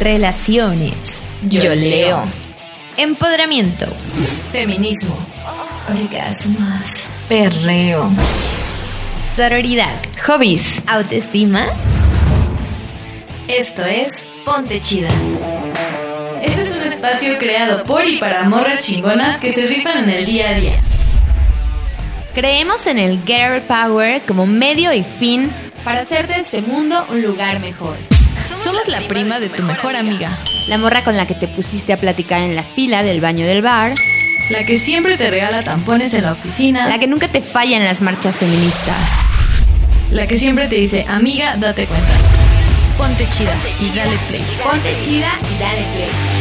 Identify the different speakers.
Speaker 1: Relaciones.
Speaker 2: Yo leo.
Speaker 1: Empoderamiento.
Speaker 2: Feminismo.
Speaker 1: Orgasmos.
Speaker 2: Perreo.
Speaker 1: Sororidad.
Speaker 2: Hobbies.
Speaker 1: Autoestima.
Speaker 2: Esto es Ponte Chida. Este es un espacio creado por y para morras chingonas que se rifan en el día a día.
Speaker 1: Creemos en el Girl Power como medio y fin.
Speaker 3: para hacer de este mundo un lugar mejor.
Speaker 2: Somos la prima de tu mejor amiga,
Speaker 3: La morra con la que te pusiste a platicar en la fila del baño del bar,
Speaker 2: la que siempre te regala tampones en la oficina,
Speaker 1: La que nunca te falla en las marchas feministas.
Speaker 2: la que siempre te dice, amiga, date cuenta. Ponte chida y dale play.
Speaker 3: ponte chida y dale play.